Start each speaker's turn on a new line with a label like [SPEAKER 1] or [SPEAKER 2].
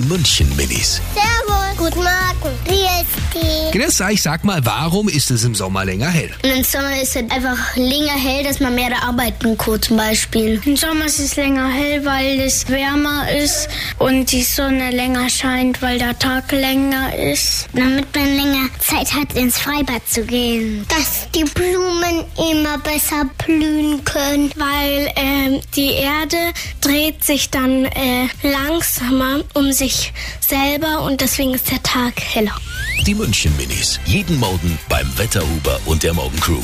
[SPEAKER 1] München Minis.
[SPEAKER 2] Servus. Guten Morgen. Wie ist
[SPEAKER 1] Grüß euch, sag mal, warum ist es im Sommer länger hell?
[SPEAKER 2] Im Sommer ist es einfach länger hell, dass man mehr da arbeiten kann, zum Beispiel.
[SPEAKER 3] Im Sommer ist es länger hell, weil es wärmer ist und die Sonne länger scheint, weil der Tag länger ist.
[SPEAKER 2] Damit man länger Zeit hat, ins Freibad zu gehen. Dass die Blumen immer besser blühen können.
[SPEAKER 3] Weil ähm, die Erde dreht sich dann äh, langsamer um sich selber und deswegen ist der Tag heller.
[SPEAKER 1] Die München Minis. Jeden Morgen beim Wetterhuber und der Morgencrew.